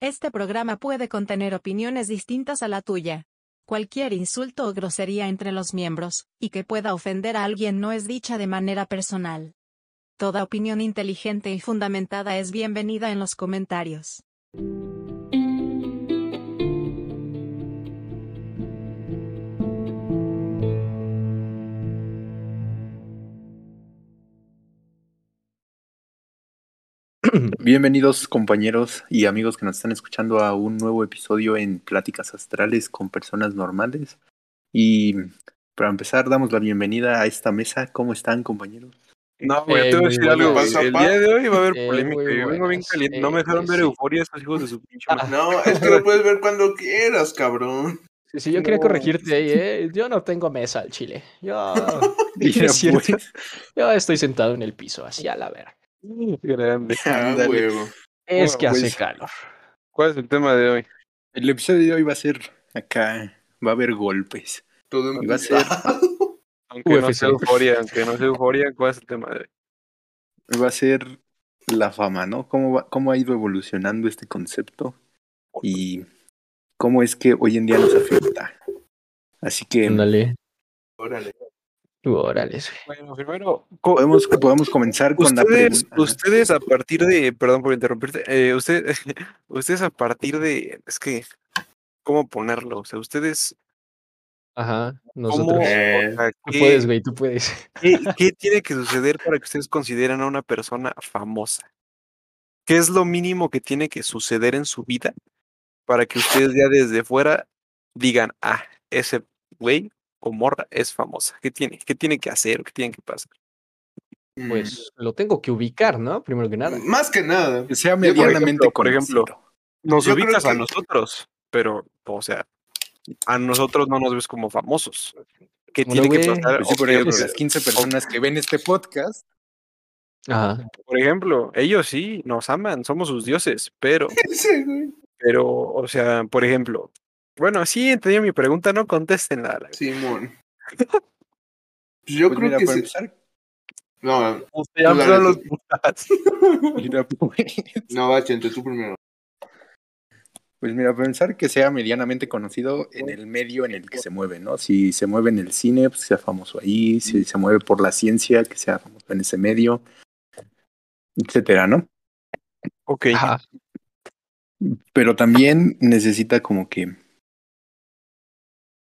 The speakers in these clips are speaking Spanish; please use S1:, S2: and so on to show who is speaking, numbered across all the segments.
S1: Este programa puede contener opiniones distintas a la tuya. Cualquier insulto o grosería entre los miembros, y que pueda ofender a alguien no es dicha de manera personal. Toda opinión inteligente y fundamentada es bienvenida en los comentarios.
S2: Bienvenidos compañeros y amigos que nos están escuchando a un nuevo episodio en Pláticas Astrales con personas normales. Y para empezar, damos la bienvenida a esta mesa. ¿Cómo están compañeros?
S3: No, güey, te voy a decir
S4: muy
S3: algo.
S4: buenos.
S3: güey. El día de hoy va a haber
S4: Eh,
S3: polémica.
S4: muy
S3: Yo vengo bien
S4: buenos.
S3: caliente.
S4: Eh,
S3: No me dejaron
S4: eh,
S3: ver
S4: sí.
S3: euforia estos hijos de su pinche madre.
S5: No, es que lo puedes ver cuando quieras, cabrón.
S4: Sí, sí, yo quería
S3: No.
S4: corregirte ahí, ¿eh? Yo no tengo mesa al chile. Yo,
S2: Mira,
S4: es cierto.
S2: pues,
S4: yo estoy sentado en el piso, así a la verga.
S3: Grande.
S5: Ah,
S2: Ándale.
S5: huevo.
S4: Es
S3: Bueno,
S4: que hace
S2: pues.
S4: calor.
S3: ¿Cuál es el tema de hoy?
S2: El episodio de hoy va a ser acá, va a haber golpes.
S5: Todo
S2: Y va a ser-
S5: empezado.
S3: Aunque no
S4: UFC.
S3: sea euforia, aunque no sea euforia, ¿cuál es el tema de hoy?
S2: Va a ser la fama, ¿no? ¿Cómo, va- cómo ha ido evolucionando este concepto? Y cómo es que hoy en día nos afecta. Así que
S4: Ándale.
S5: Órale.
S4: Órale. güey.
S3: Bueno, primero,
S2: podemos, podemos comenzar con la
S3: ustedes,
S2: pregunta.
S3: ustedes a partir de, perdón por interrumpirte, eh, usted, ustedes a partir de, es que, ¿cómo ponerlo? O sea, ustedes,
S4: Ajá,
S3: ¿cómo?
S4: nosotros.
S3: o
S5: Eh,
S3: sea,
S4: Tú
S3: ¿qué-
S4: puedes, güey, tú puedes.
S3: ¿Qué, qué tiene que suceder para que ustedes consideren a una persona famosa? ¿Qué es lo mínimo que tiene que suceder en su vida para que ustedes ya desde fuera digan, ah, ese güey o morra es famosa? ¿Qué tiene? ¿Qué tiene que hacer? ¿Qué tiene que pasar?
S4: Pues lo tengo que ubicar, ¿no? Primero que nada.
S5: Mm, Más que nada.
S2: Que sea
S3: por ejemplo,
S2: medianamente
S3: por ejemplo,
S2: conocido.
S3: Nos
S5: Yo creo
S3: ubicas a
S5: que-
S3: nosotros, pero, o sea, a nosotros no nos ves como famosos. ¿Qué
S4: Bueno,
S3: tiene que
S4: güey,
S3: pasar?
S2: Pues sí,
S3: O
S2: por
S3: qué-
S2: ejemplo, las 15 personas que ven este podcast,
S4: Ajá.
S3: por ejemplo, ellos sí nos aman, somos sus dioses, pero
S5: Ese, güey.
S3: Pero, o sea, por ejemplo, bueno, sí entendí mi pregunta, no contesten la.
S5: Simón. Pues Yo
S2: pues
S5: creo
S2: mira,
S5: que
S2: para
S5: sí.
S2: empezar,
S5: No,
S3: ya
S5: Claro
S3: empezaron los
S5: que
S3: putas.
S2: mira, pues,
S5: no, va, Chente, tú primero.
S2: pues mira, pensar que sea medianamente conocido en el medio en el que se mueve, ¿no? Si se mueve en el cine, pues que sea famoso ahí, si se mueve por la ciencia, que sea famoso en ese medio, etcétera, ¿no?
S3: Ok,
S4: Ajá.
S2: Pero también necesita como que.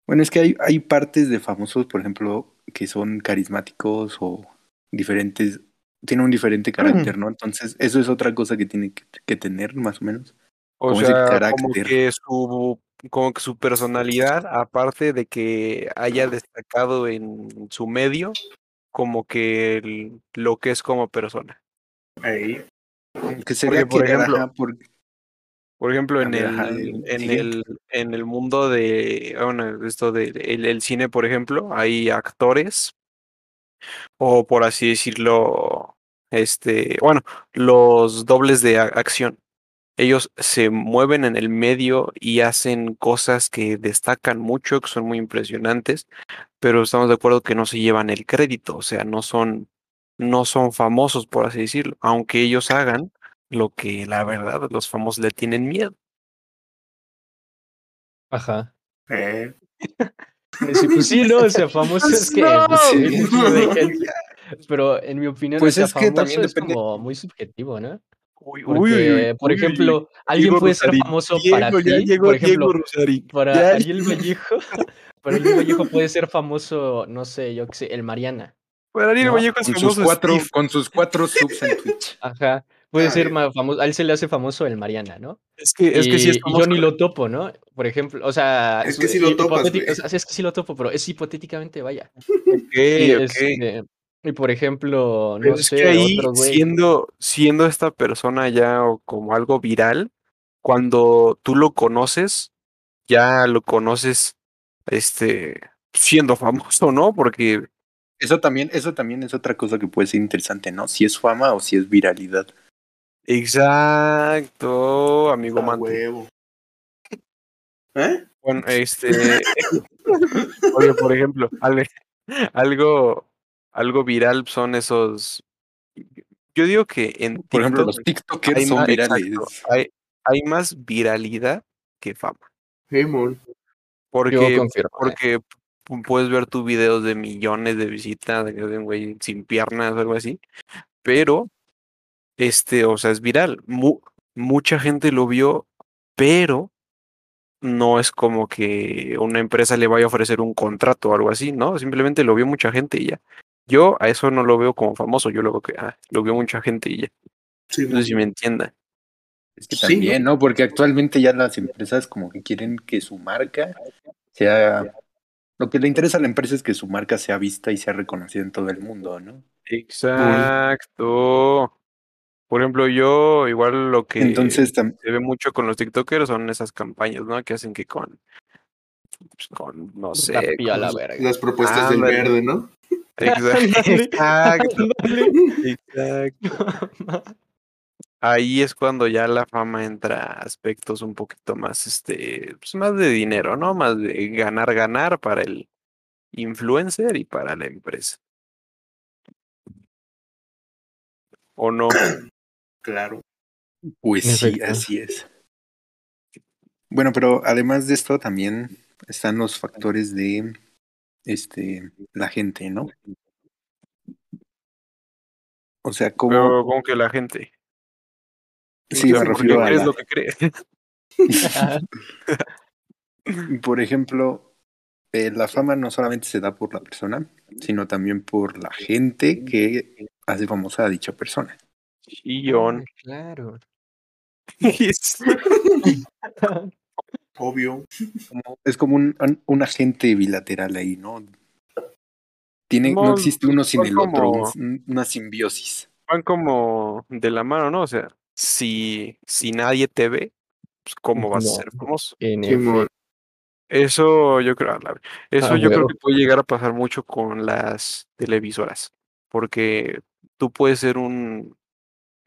S2: Bueno, es que hay, hay partes de famosos, por ejemplo, que son carismáticos o diferentes. Tienen un diferente carácter, ¿no? Entonces, eso es otra cosa que tiene que, que tener, más o menos.
S3: o
S2: como ese
S3: sea, como
S2: carácter.
S3: que su como que su personalidad, aparte de que haya destacado en su medio, como que el- lo que es como persona.
S5: Ahí.
S2: Que sería
S3: por
S2: que,
S3: ejemplo,
S2: ajá, por-
S3: Por ejemplo,
S2: A
S3: en
S2: ver,
S3: el,
S2: ajá, el
S3: en el,
S2: siguiente.
S3: en el mundo de, ah, bueno, esto de el, el cine, por ejemplo, hay actores, o por así decirlo, este, bueno, los dobles de a- acción. Ellos se mueven en el medio y hacen cosas que destacan mucho, que son muy impresionantes, pero estamos de acuerdo que no se llevan el crédito, o sea, no son, no son famosos, por así decirlo, aunque ellos hagan lo que la verdad los famosos le tienen miedo.
S4: Ajá.
S5: Eh.
S4: Sí, pues sí, no, o sea, famoso es que. pues,
S3: No,
S4: sí,
S2: güey.
S4: es que de gente- Pero en mi opinión, o
S2: Pues
S4: sea,
S2: es que también
S4: famoso es
S2: depende-
S4: como muy subjetivo, ¿no?
S3: Uy, uy, uy,
S4: Porque, por
S3: uy,
S4: ejemplo, alguien
S3: Diego
S4: puede ser
S3: Rosarín.
S4: famoso
S3: Diego,
S4: para
S3: ya
S4: ti.
S3: llegó
S4: por ejemplo,
S3: Diego Rosarín.
S4: para
S3: Ya-
S4: Ariel Vallejo, para Ariel Vallejo puede ser famoso, no sé, yo qué sé, el Mariana.
S3: Para Ariel
S4: ¿no?
S3: Vallejo es
S2: con, sus
S3: famoso
S2: cuatro,
S3: Steve.
S2: con sus cuatro subs en Twitch.
S4: Ajá. Puede
S5: Ah,
S4: ser
S5: bien.
S4: más famoso, a él se le hace famoso el Mariana, ¿no?
S3: Es que, es que sí es
S4: Y- y yo
S3: famoso.
S4: ni lo topo, ¿no? Por ejemplo, o sea,
S5: Es que sí lo
S4: hi-
S5: topas,
S4: hipotéti-
S5: güey.
S4: o sea, sí, es que sí lo topo, pero es hipotéticamente, vaya.
S3: Ok,
S4: Y,
S3: ok.
S4: este, y por ejemplo,
S3: Pero
S4: no
S3: es
S4: sé,
S3: que ahí,
S4: otro güey.
S3: siendo, siendo esta persona ya o como algo viral, cuando tú lo conoces, ya lo conoces este, siendo famoso, ¿no? Porque
S2: Eso también, eso también es otra cosa que puede ser interesante, ¿no? Si es fama o si es viralidad.
S3: Exacto,
S4: Ah,
S3: amigo
S5: A
S3: Manto.
S5: huevo. ¿Eh?
S3: Bueno, este. oye, por ejemplo, ale- algo, algo viral son esos. Yo digo que en
S2: Por ejemplo, los
S3: TikTok
S2: TikTokers
S3: hay
S2: son
S3: más-
S2: virales.
S3: exacto, hay, hay más viralidad que fama.
S5: Hey, mon.
S3: Porque,
S6: confirmo, eh.
S3: porque pu- puedes ver tus videos de millones de visitas de que es un güey sin piernas o algo así. Pero, este, o sea, es viral. Mu- mucha gente lo vio, pero no es como que una empresa le vaya a ofrecer un contrato o algo así, ¿no? Simplemente lo vio mucha gente y ya. Yo a eso no lo veo como famoso, yo lo veo que ah, lo vio mucha gente y ya.
S5: Sí,
S3: No sé si me entiendan.
S2: Es que
S5: Sí,
S2: también, ¿no? Porque actualmente ya las empresas como que quieren que su marca sea... Lo que le interesa a la empresa es que su marca sea vista y sea reconocida en todo el mundo, ¿no?
S3: Exacto. Por ejemplo, yo igual lo que
S2: Entonces, tam-
S3: se ve mucho con los TikTokers son esas campañas, ¿no? Que hacen que con, pues, con no sé,
S4: Tapio a
S3: con-
S4: la verga.
S5: Pues Las propuestas del
S3: Ándale.
S5: verde, ¿no?
S3: Exacto, exacto,
S4: Ándale.
S3: exacto. Ahí es cuando ya la fama entra a aspectos un poquito más, este, pues más de dinero, ¿no? Más de ganar, ganar para el influencer y para la empresa. ¿O no?
S5: Claro.
S2: pues
S4: En
S2: sí,
S4: efecto.
S2: así es. Bueno, pero además de esto también están los factores de este la gente, ¿no? O sea, como
S3: Pero como que la gente.
S2: sí
S3: O
S2: me
S3: sea, porque
S2: refiero a
S3: crees
S2: la-
S3: lo que crees.
S4: Ah,
S2: Por ejemplo, eh, la fama no solamente se da por la persona, sino también por la gente que hace famosa a dicha persona.
S3: Chillón.
S4: Claro.
S5: Obvio.
S2: Como- es como un, un- un agente bilateral ahí, ¿no? Tiene, no
S3: Mon-
S2: existe uno sin
S3: son
S2: el otro,
S3: como-
S2: un- una simbiosis.
S3: Van como de la mano, ¿no? O sea, si, si nadie te ve, pues ¿cómo vas a
S4: No.
S3: ser famoso?
S4: En
S5: Sí,
S4: efecto.
S5: mon.
S3: Eso yo creo, a la- eso
S5: Ah,
S3: yo creo
S6: huevo.
S3: que puede llegar a pasar mucho con las televisoras, porque tú puedes ser un,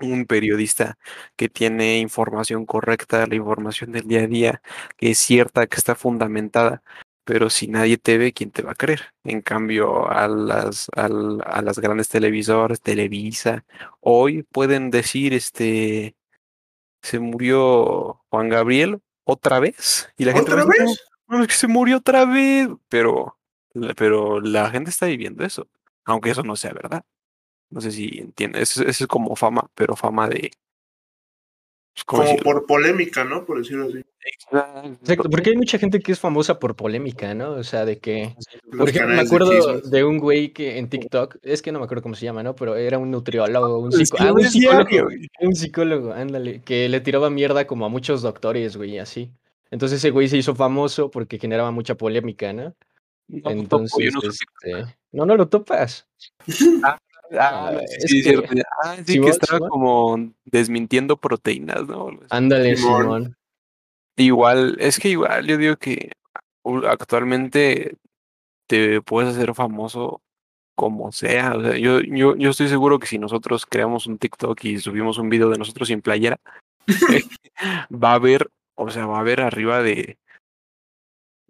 S3: un periodista que tiene información correcta, la información del día a día, que es cierta, que está fundamentada, pero si nadie te ve, ¿quién te va a creer? En cambio, a las, al- a las grandes televisoras, Televisa, hoy pueden decir, este, se murió Juan Gabriel otra vez, y la gente va a
S5: ¿Otra
S3: decir, "No,
S5: vez?
S3: bueno, es que se murió otra vez, pero, la- pero la gente está viviendo eso, aunque eso no sea verdad. No sé si entiendes, eso es como fama, pero fama de... pues, "Ah, ¿cómo
S5: Como
S3: decirlo?
S5: por polémica, ¿no? Por decirlo así.
S4: Exacto, porque hay mucha gente que es famosa por polémica, ¿no? O sea, de que...
S5: Los
S4: Por ejemplo, me
S5: canales de
S4: acuerdo
S5: chismes.
S4: de un güey que en TikTok, es que no me acuerdo cómo se llama, ¿no? Pero era un nutriólogo, un,
S3: Es
S4: psico-
S3: que
S4: ah,
S3: no
S4: un
S3: es diario,
S4: psicólogo,
S3: güey.
S4: un psicólogo, ándale, que le tiraba mierda como a muchos doctores, güey, así. Entonces ese güey se hizo famoso porque generaba mucha polémica, ¿no?
S3: No, pues, no, pues, yo
S4: Entonces,
S3: no soy
S4: este, no, no lo topas.
S3: Ah,
S4: Ah,
S3: sí,
S4: es
S3: sí,
S4: que-
S3: cierto. Ah, sí, que
S4: Simón,
S3: estaba
S4: Simón.
S3: como desmintiendo proteínas, ¿no? Algo así.
S4: Ándale,
S5: Simón.
S4: Simón.
S3: Igual, es que igual yo digo que u- actualmente te puedes hacer famoso como sea. O sea, yo, yo, yo estoy seguro que si nosotros creamos un TikTok y subimos un video de nosotros sin playera, eh, va a haber, o sea, va a haber arriba de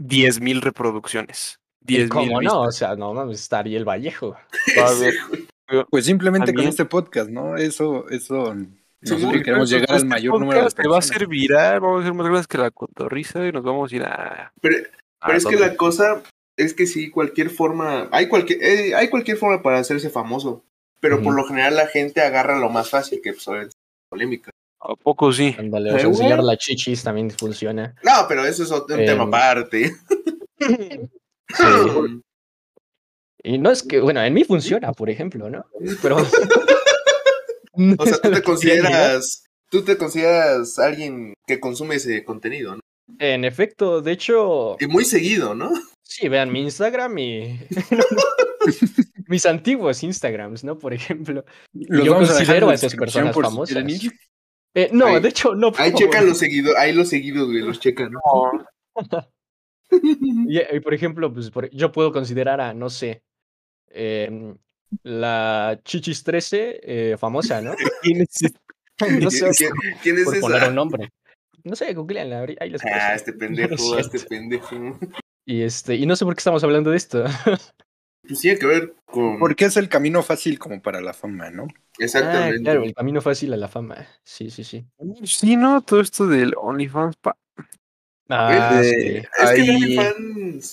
S3: 10.000 reproducciones.
S4: Y
S3: 10.000
S4: ¿Cómo no? O
S3: vistas.
S4: sea, no mames, está Ariel Vallejo.
S3: Va a haber-
S2: Pues simplemente
S3: También-
S2: con este podcast, ¿no? Eso, eso nosotros
S5: porque
S2: pues, queremos llegar al
S3: Este
S2: mayor número de
S3: podcast te va a
S2: personas.
S3: ser viral, vamos a ser más grandes que la cotorriza y nos vamos a ir a.
S5: Pero,
S3: a
S4: Ah,
S5: Pero es que
S3: donde-
S5: la cosa es que sí, cualquier forma, hay cualquier, eh, hay cualquier forma para hacerse famoso, pero por
S4: Ujú.
S5: lo general la gente agarra lo más fácil, que pues obviamente es polémica.
S3: ¿A poco sí?
S4: Ándale, o
S5: Eh,
S4: sea, enseñar
S5: güey.
S4: la chichis también funciona.
S5: No, pero eso es otro, un
S4: Eh,
S5: tema aparte.
S4: Sí. Y no es que, bueno, en mí funciona, por ejemplo, ¿no? Pero...
S5: o sea, tú te consideras, tú te consideras alguien que consume ese contenido, ¿no?
S4: En efecto, de hecho,
S5: Y muy seguido, ¿no?
S4: sí, vean mi Instagram y mis antiguos Instagrams, ¿no? Por ejemplo.
S2: Los
S4: Yo
S2: vamos dejar en
S4: considero
S2: la
S4: a esas
S2: descripción
S4: personas
S2: por si
S4: famosas.
S2: quieren ir.
S4: Eh, no,
S5: Ahí-
S4: de hecho, no.
S5: Ahí
S4: por-
S5: checan los seguidos, ahí los seguidos, güey, los checan, ¿no?
S4: Y, eh, por ejemplo, pues, por- yo puedo considerar a, no sé, em, la Chichis 13 eh, famosa, ¿no?
S3: ¿Quién es ese?
S4: No sé,
S5: ¿Quién, quién es
S4: por poner un
S5: esa?
S4: nombre. No sé, googleanla, ahí- ahí les aparece.
S5: Ah, este
S4: No es
S5: pendejo, este
S4: cierto.
S5: pendejo.
S4: Y este, y no sé por qué estamos hablando de esto.
S5: pues tiene que ver con.
S2: Porque es el camino fácil como para la fama, ¿no?
S5: Exactamente.
S4: Ah, claro, el camino fácil a la fama. Sí, sí, sí.
S3: Sí, ¿no? Todo esto del OnlyFans. pa-
S4: Ah,
S2: Eh,
S4: sí.
S5: Es que el
S2: ahí-
S5: OnlyFans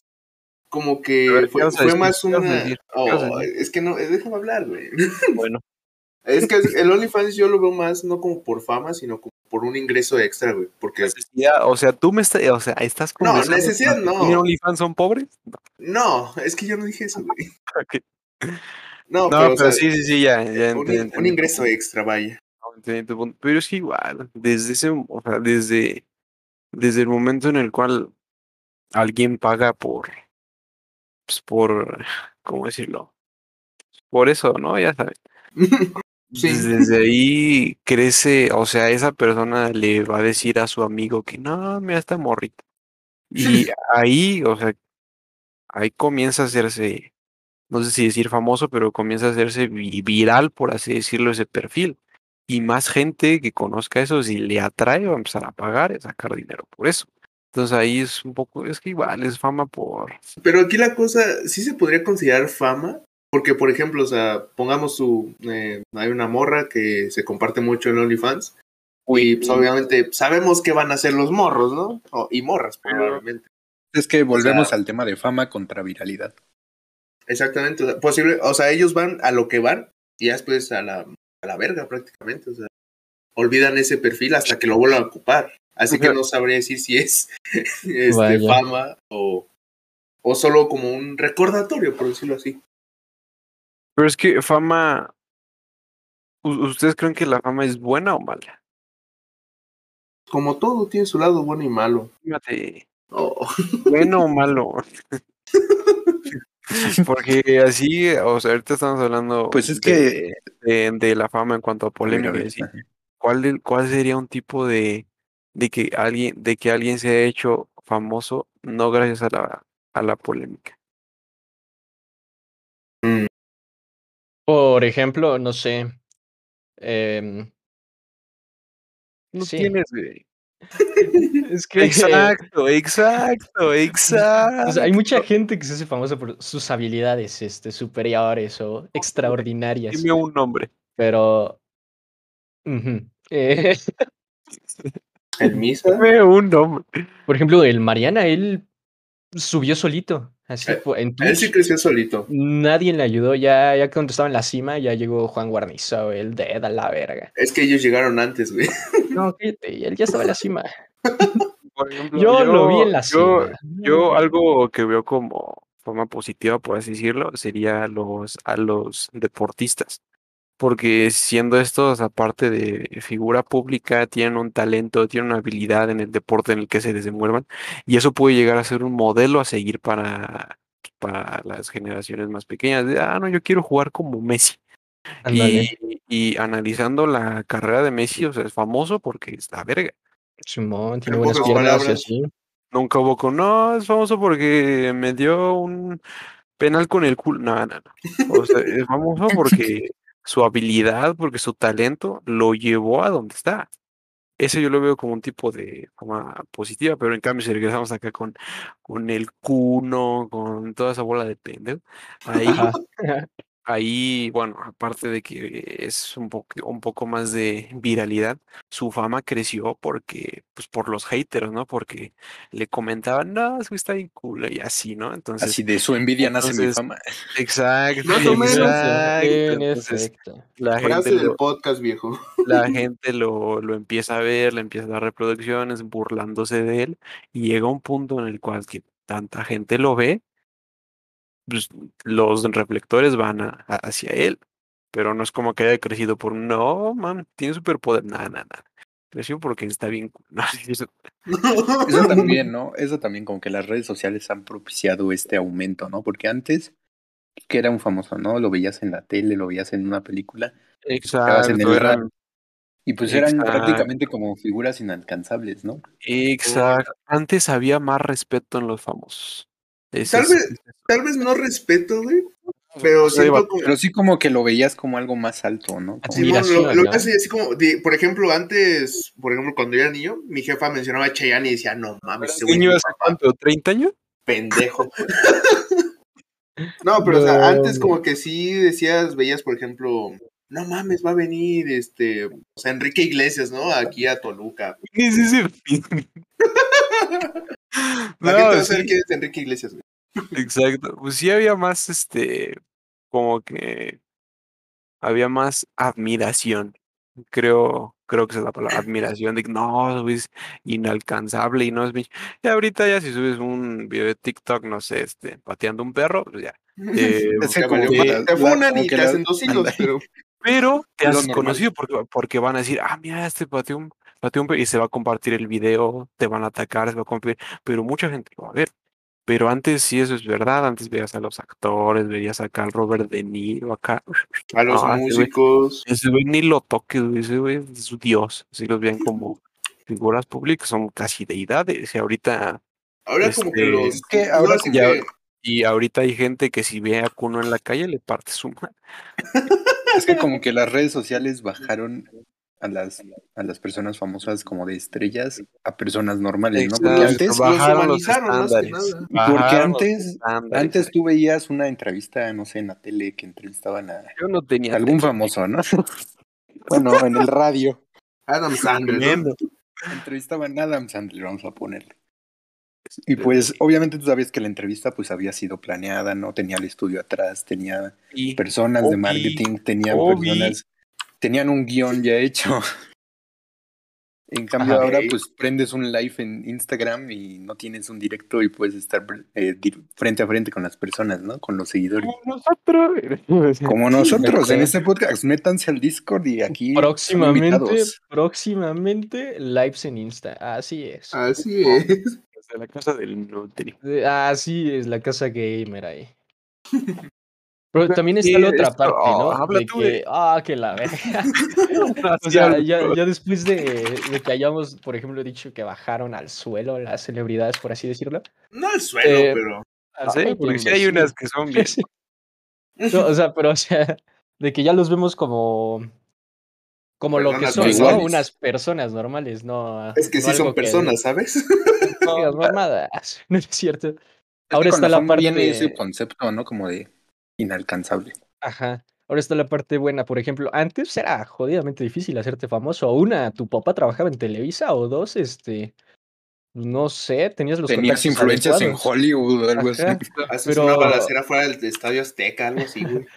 S5: como
S3: A
S5: que
S3: ver, ¿qué
S5: fue,
S3: vas a
S5: fue
S3: decir?
S5: más
S3: ¿Qué vas a
S5: una...
S3: decir? ¿Qué vas a
S5: Oh, es que no, eh, déjame hablar, güey.
S3: Bueno,
S5: Es que el OnlyFans yo lo veo más no como por fama, sino como por un ingreso extra, güey. Porque...
S3: necesidad. O sea, tú me estás. O sea, estás como.
S5: No, necesidad
S3: ¿Tienen
S5: no.
S3: OnlyFans son pobres?
S5: No, es que yo no dije eso, güey.
S3: Ok. No,
S5: No, pero, o sea,
S3: sí, sí, sí, ya. ya
S5: un,
S3: entendí,
S5: un
S3: entendí.
S5: ingreso extra, vaya.
S3: Entendí tu punto. Pero es que igual, desde ese, o sea, desde, desde el momento en el cual alguien paga por, pues, por, ¿cómo decirlo? Por eso, ¿no? Ya sabes.
S5: Sí.
S3: Desde, desde ahí crece, o sea, esa persona le va a decir a su amigo que no, mira esta morrita. Y ahí, o sea, ahí comienza a hacerse, no sé si decir famoso, pero comienza a hacerse vi- viral, por así decirlo, ese perfil. Y más gente que conozca eso, si le atrae, va a empezar a pagar, a sacar dinero por eso. Entonces ahí es un poco, es que igual es fama por...
S5: Pero aquí la cosa, sí se podría considerar fama, porque por ejemplo, o sea, pongamos su, eh, hay una morra que se comparte mucho en OnlyFans, y pues obviamente sabemos que van a ser los morros, ¿no? O- y morras, probablemente.
S2: Es que volvemos
S5: O sea-
S2: al tema de fama contra viralidad.
S5: Exactamente, o sea, posible, o sea, ellos van a lo que van, y ya después a la, a la verga prácticamente, o sea, olvidan ese perfil hasta que lo vuelvan a ocupar. Así que no sabría decir si es este,
S4: Vaya.
S5: fama o, o solo como un recordatorio, por decirlo así.
S3: Pero es que fama... ¿u- ¿Ustedes creen que la fama es buena o mala?
S5: Como todo tiene su lado bueno y malo.
S3: Fíjate,
S5: Oh,
S3: bueno o malo. Porque así, o sea, ahorita estamos hablando
S2: Pues es
S3: de,
S2: que.
S3: de- de la fama en cuanto a polémica.
S2: Mira,
S3: y así.
S2: ajá.
S3: ¿Cuál, del- cuál sería un tipo de, de que alguien, de que alguien se ha hecho famoso no gracias a la, a la polémica?
S4: Por ejemplo, no sé. em,
S3: No
S4: Sí.
S3: tienes, güey.
S4: es que
S3: Exacto, exacto, exacto.
S4: o sea, hay mucha gente que se hace famosa por sus habilidades este, superiores o extraordinarias.
S3: Dime un nombre.
S4: Pero. ujú, eh,
S5: el misa.
S3: Dime un nombre.
S4: por ejemplo, el Mariana, él subió solito. Así
S5: Eh,
S4: fue, en
S5: Él
S4: Twitch.
S5: sí creció solito.
S4: Nadie le ayudó. Ya, ya cuando estaba en la cima, ya llegó Juan Guarnizo, el dead a la verga.
S5: Es que ellos llegaron antes, güey.
S4: No, cállate, y él ya estaba en la cima.
S3: Por ejemplo,
S4: Yo, lo vi en la
S3: yo-
S4: cima.
S3: Yo algo que veo como forma positiva, por así decirlo, sería a los, a los deportistas. Porque siendo estos, aparte de figura pública, tienen un talento, tienen una habilidad en el deporte en el que se desenvuelvan. Y eso puede llegar a ser un modelo a seguir para, para las generaciones más pequeñas. De, ah, no, yo quiero jugar como Messi.
S4: Ándale,
S3: Y, y analizando la carrera de Messi, o sea, es famoso porque está verga.
S4: Simón, tiene
S5: en
S4: buenas
S5: pocas
S4: piernas y
S5: palabras.
S4: así.
S3: Nunca hubo con, no, es famoso porque me dio un penal con el culo. No, no, no. O sea, es famoso porque su habilidad, porque su talento lo llevó a donde está. Ese yo lo veo como un tipo de forma positiva, pero en cambio, si regresamos acá con, con el cuno, con toda esa bola de pendejo, ahí
S4: Ajá.
S3: Ahí, bueno, aparte de que es un poco, un poco más de viralidad, su fama creció porque, pues por los haters, ¿no? Porque le comentaban, no, es que está bien cool y así, ¿no? Entonces,
S2: Así de su envidia nace mi
S3: entonces-
S2: fama.
S3: exacto,
S5: Más o menos.
S3: exacto.
S4: En
S3: Entonces,
S4: efecto.
S3: la
S5: Frase
S3: gente,
S5: del
S3: lo,
S5: podcast, viejo.
S3: la gente lo, lo empieza a ver, le empieza a dar reproducciones, burlándose de él, y llega un punto en el cual que tanta gente lo ve, pues, los reflectores van a- a- hacia él. Pero no es como que haya crecido por, no, man, tiene superpoder. Nada, nada, nada. Creció porque está bien. cu- No, sí, eso-
S2: Eso también, ¿no? Eso también, como que las redes sociales han propiciado este aumento, ¿no? Porque antes, que era un famoso, ¿no? Lo veías en la tele, lo veías en una película, estabas en
S3: Exacto,
S2: el
S3: eran-
S2: radio. Y pues eran
S3: Exacto.
S2: prácticamente como figuras inalcanzables, ¿no?
S3: exacto. Antes había más respeto en los famosos. Ese
S5: Tal
S3: es-
S5: vez- Tal vez no respeto, güey, pero
S3: o sea, iba-
S5: siento como...
S2: Pero sí como que lo veías como algo más alto, ¿no? Como-
S5: Simón, lo,
S4: admiración,
S5: lo
S4: ¿no?
S5: que hace así como, de- por ejemplo, antes, por ejemplo, cuando yo era niño, mi jefa mencionaba a Cheyenne y decía, no mames, ese güey es
S3: niño
S5: mi
S3: hace
S5: papá,
S3: cuánto, 30 años?
S5: pendejo. No, pero o sea,
S4: No.
S5: antes como que sí decías, veías, por ejemplo, no mames, va a venir este, o sea, Enrique Iglesias, ¿no? Aquí a Toluca.
S3: ¿Qué es ese fin?
S5: ¿A qué te
S3: No,
S5: va a hacer
S3: sí,
S5: que es Enrique Iglesias? güey?
S3: exacto. Pues sí había más, este, como que había más admiración. Creo, creo que esa es la palabra, admiración de que no, es inalcanzable y no es mi. Y ahorita ya si subes un video de TikTok, no sé, este, pateando un perro, pues ya. Eh,
S5: Te
S2: sé como
S5: valió
S2: que
S5: madre. Te
S2: la-
S5: funan
S2: como
S5: y
S2: que
S5: te
S2: la-
S5: hacen dos hilos,
S2: anda.
S5: pero
S3: Pero te
S2: Lo
S3: has
S2: normal.
S3: conocido porque, porque van a decir, ah, mira, este pateó un, pateó un pe-", y se va a compartir el video, te van a atacar, se va a compartir, pero mucha gente lo va a ver. Pero antes, sí, eso es verdad, antes veías a los actores, veías acá al Robert De Niro, acá,
S5: a los
S3: Ah, sí, güey.
S5: músicos.
S3: ese güey ni lo toques, güey, ese güey es su dios, así los veían como figuras públicas, son casi deidades, y ahorita,
S5: Ahora como que
S3: Este,
S5: los...
S2: es que ahora
S5: ahora sí
S2: como-
S5: que-
S3: ya- y ahorita hay gente que si ve a Kuno en la calle le parte su madre.
S2: Es que como que las redes sociales bajaron a las, a las personas famosas como de estrellas a personas normales, ¿no? Porque
S3: Exacto,
S2: antes,
S5: va-
S3: bajaron
S5: humanizaron más que
S3: estándares,
S5: nada.
S2: Porque
S3: bajaron los
S2: antes-
S3: estándares,
S2: antes tú veías una entrevista, no sé, en la tele que entrevistaban a
S3: Yo no tenía
S2: algún famoso, ¿no? bueno, en el radio.
S5: Adam Sandler, ¿no?
S3: Tremendo.
S2: Entrevistaban a Adam Sandler, vamos a ponerle. Y
S3: Este,
S2: pues, obviamente tú sabías que la entrevista pues había sido planeada, ¿no? Tenía el estudio atrás, tenía
S3: Y
S2: personas de
S3: Obi,
S2: marketing, tenían
S3: Obi.
S2: personas, tenían un guión ya hecho. En cambio
S5: Ajá.
S2: ahora
S5: Ok.
S2: pues prendes un live en Instagram y no tienes un directo y puedes estar eh, di- frente a frente con las personas, ¿no? Con los seguidores.
S3: como nosotros.
S2: Como nosotros en este podcast, métanse al Discord y aquí son
S4: Próximamente,
S2: invitados.
S4: próximamente, lives en Insta. Así es.
S5: Así es.
S3: Desde la casa del Nutri.
S4: Eh, Así es, la casa gamer ahí. Pero
S3: Pero
S4: también
S3: sí,
S4: está la otra
S3: esto-
S4: parte, ¿no?
S3: habla
S4: de
S3: tú de-
S4: que, ah, que la verga. O sea, ya, ya después de, de que hayamos, por ejemplo, dicho que bajaron al suelo las celebridades, por así decirlo.
S5: No al suelo,
S4: Eh,
S5: pero...
S4: Ah,
S3: Sí, porque sí hay
S4: imbécil.
S3: unas que son bien.
S4: Sí. No, o sea, pero o sea, de que ya los vemos como como lo que
S5: Personas
S4: son, ¿no?
S2: normales.
S4: Unas personas normales, no. ah,
S5: Es que
S4: no
S5: sí son
S4: algo que-
S5: personas, ¿sabes?
S4: no, digas mamadas, no es cierto. Ahora
S2: Es que con
S4: está la
S2: fama viene
S4: parte-
S2: ese concepto, ¿no? Como de inalcanzable.
S4: Ajá. Ahora está la parte buena, por ejemplo, antes era jodidamente difícil hacerte famoso. Una, tu papá trabajaba en Televisa o dos, este, no sé, tenías los
S2: Tenías
S4: contactos
S2: influencias en
S4: adecuados.
S2: Hollywood o algo así.
S4: Ajá.
S5: Haces
S4: Pero-
S5: una balacera fuera del estadio Azteca, algo así, güey.